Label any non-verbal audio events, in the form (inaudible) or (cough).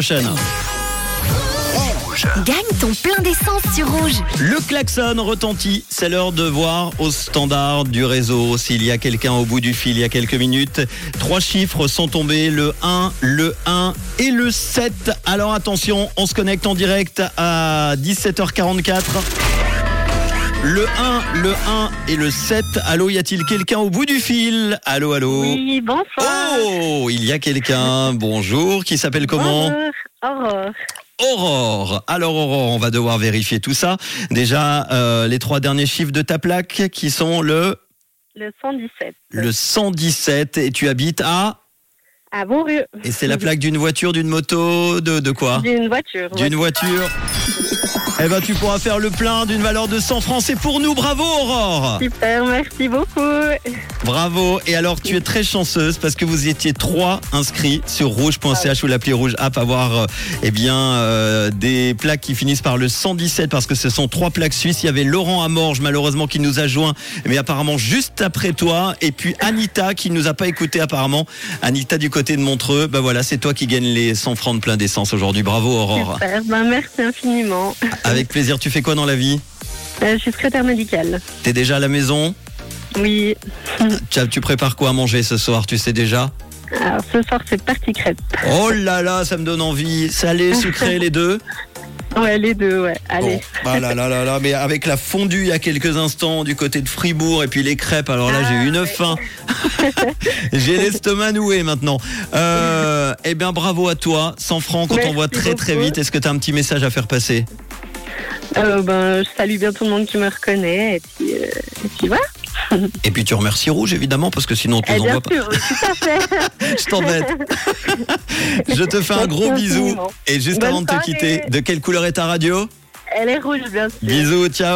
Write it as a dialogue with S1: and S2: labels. S1: prochaine.
S2: Gagne ton plein d'essence sur rouge.
S1: Le klaxon retentit, c'est l'heure de voir au standard du réseau s'il y a quelqu'un au bout du fil il y a quelques minutes. Trois chiffres sont tombés, le 1, le 1 et le 7. Alors attention, on se connecte en direct à 17h44. Le 1, le 1 et le 7. Allô, y a-t-il quelqu'un au bout du fil Allô, allô
S3: Oui, bonsoir.
S1: Oh, il y a quelqu'un, bonjour, qui s'appelle comment
S3: Bonjour, Aurore.
S1: Aurore. Alors Aurore, on va devoir vérifier tout ça. Déjà, euh, les trois derniers chiffres de ta plaque qui sont le,
S3: Le 117.
S1: le 117 et tu habites à...
S3: À Bonrieux.
S1: Et c'est la plaque d'une voiture, d'une moto, de, de quoi
S3: D'une voiture.
S1: Ah. D'une voiture. Eh ben tu pourras faire le plein d'une valeur de 100 francs. C'est pour nous, bravo Aurore
S3: (laughs) Super, merci beaucoup.
S1: Bravo Et alors tu es très chanceuse parce que vous étiez trois inscrits sur rouge.ch ou l'appli rouge app à avoir euh, eh bien, euh, des plaques qui finissent par le 117 parce que ce sont trois plaques suisses. Il y avait Laurent Amorge malheureusement qui nous a joint mais apparemment juste après toi et puis Anita qui nous a pas écouté apparemment. Anita du côté de Montreux, ben voilà c'est toi qui gagne les 100 francs de plein d'essence aujourd'hui. Bravo
S3: (laughs)
S1: Aurore
S3: Super, ben, merci infiniment.
S1: Avec plaisir, tu fais quoi dans la vie
S3: Euh, je suis secrétaire médicale.
S1: T'es déjà à la maison
S3: Oui.
S1: Tu tu prépares quoi à manger ce soir, tu sais déjà
S3: Alors ce soir, c'est partie crêpe.
S1: Oh là là, ça me donne envie.
S3: (laughs)
S1: Salé, sucré, les deux.
S3: Ouais, les deux, ouais. Allez.
S1: Bon. Ah là là là là, mais avec la fondue il y a quelques instants du côté de Fribourg et puis les crêpes, alors là
S3: Ah,
S1: j'ai eu une
S3: ouais. (laughs)
S1: faim. j'ai l'estomac noué maintenant. Euh, eh bien bravo à toi, 100 francs, qu'on
S3: Merci
S1: t'envoie très très
S3: beaucoup.
S1: vite. Est-ce que tu as un petit message à faire passer Oh.
S3: Euh, ben, je salue bien tout le monde qui me reconnaît. Et puis, euh, et puis voilà.
S1: Et puis tu remercies Rouge évidemment, parce que sinon on te
S3: Eh
S1: les
S3: bien
S1: envoie pas.
S3: sûr, tout à fait.
S1: Je
S3: (laughs)
S1: t'embête. Je te fais (laughs) un gros
S3: Merci
S1: bisou.
S3: infiniment.
S1: Et juste
S3: Bonne
S1: avant de te
S3: soirée.
S1: quitter, de quelle couleur est ta radio
S3: Elle est rouge, bien sûr.
S1: Bisous, ciao